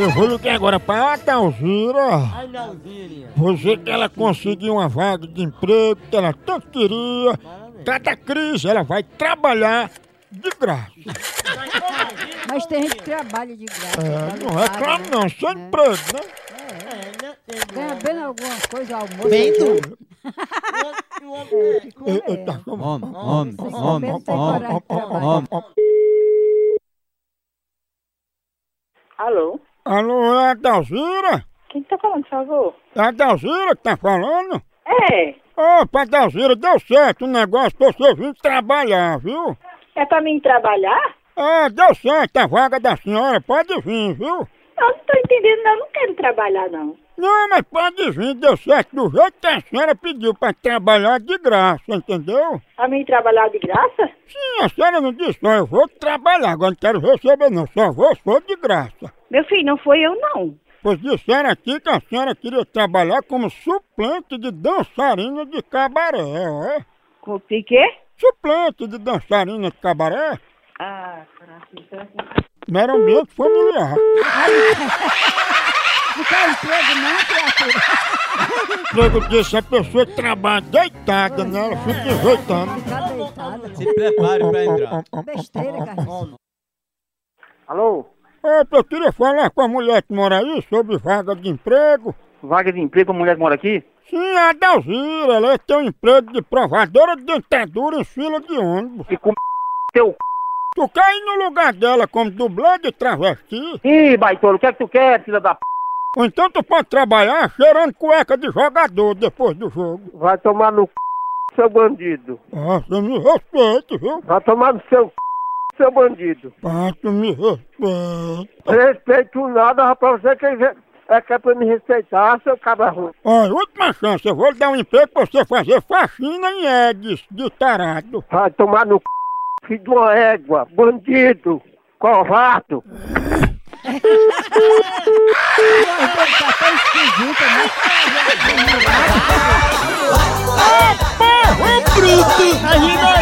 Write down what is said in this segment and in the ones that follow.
Eu vou ligar agora pra Atalzira. Ai, Nalzinha. Você que ela conseguiu uma vaga de emprego que ela tanto queria. Cada crise ela vai trabalhar de graça. Mas tem gente que trabalha de graça. É, trabalha não pago, reclama né? não, só emprego, né? É, né? Ganha bem alguma coisa, almoço. Bem tu. O homem é. Eu, eu tá com... Homem, homem, assim, Sem homem, saber, sem coragem homem. de trabalhar. Alô? Alô, é a Dalzira? Quem que tá falando, por favor? É a Dalzira que tá falando? É, Ô, pra Dalzira, deu certo o negócio pra você vir trabalhar, viu? é pra mim trabalhar? É, deu certo a vaga da senhora, pode vir, viu? Eu não tô entendendo, não. Eu não quero trabalhar, não. Não, mas pode vir, deu certo do jeito que a senhora pediu pra trabalhar de graça, entendeu? Pra mim trabalhar de graça? Sim, a senhora não disse, não, eu vou trabalhar, agora não quero receber não, só vou se for de graça. Meu filho, não foi eu, não. Pois disseram aqui que a senhora queria trabalhar como suplente de dançarina de cabaré, ó. Com o Piquet? Suplente de dançarina de cabaré? Ah, Francisco. Não era ambiente familiar. Não quer emprego não, criatura. Emprego disse, a pessoa trabalha deitada, né? Ela fica enjeitando. Ficar deitada. Se prepare pra entrar. Besteira, Carlinhos. Alô? Opa, É, eu queria falar com a mulher que mora aí sobre vaga de emprego. Vaga de emprego, a mulher que mora aqui? Sim, a Dalzira, ela tem um emprego de provadora de dentadura em fila de ônibus. E com teu c... Tu quer ir no lugar dela como dublê de travesti? Ih, baitola, o que é que tu quer, filha da p... Ou então tu pode trabalhar cheirando cueca de jogador depois do jogo. Vai tomar no c... seu bandido. Ah, você me respeita, viu? Vai tomar no seu c... seu bandido. Ah, tu me respeita. Respeito nada, rapaz, você quer ver... É que é pra me respeitar, seu cabra ruim. Olha, última chance, eu vou lhe dar um emprego pra você fazer faxina em Edis, de tarado. Vai tomar no c... filho de uma égua, bandido, covardo.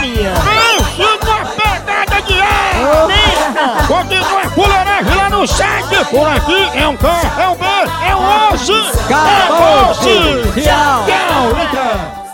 Vencido a pegada de ar! Sim. Continua a fuleiragem lá no site! Por aqui é um cão, é um B, é um osso! Acabou-se. Acabou-se. Tchau. Tchau! Eita!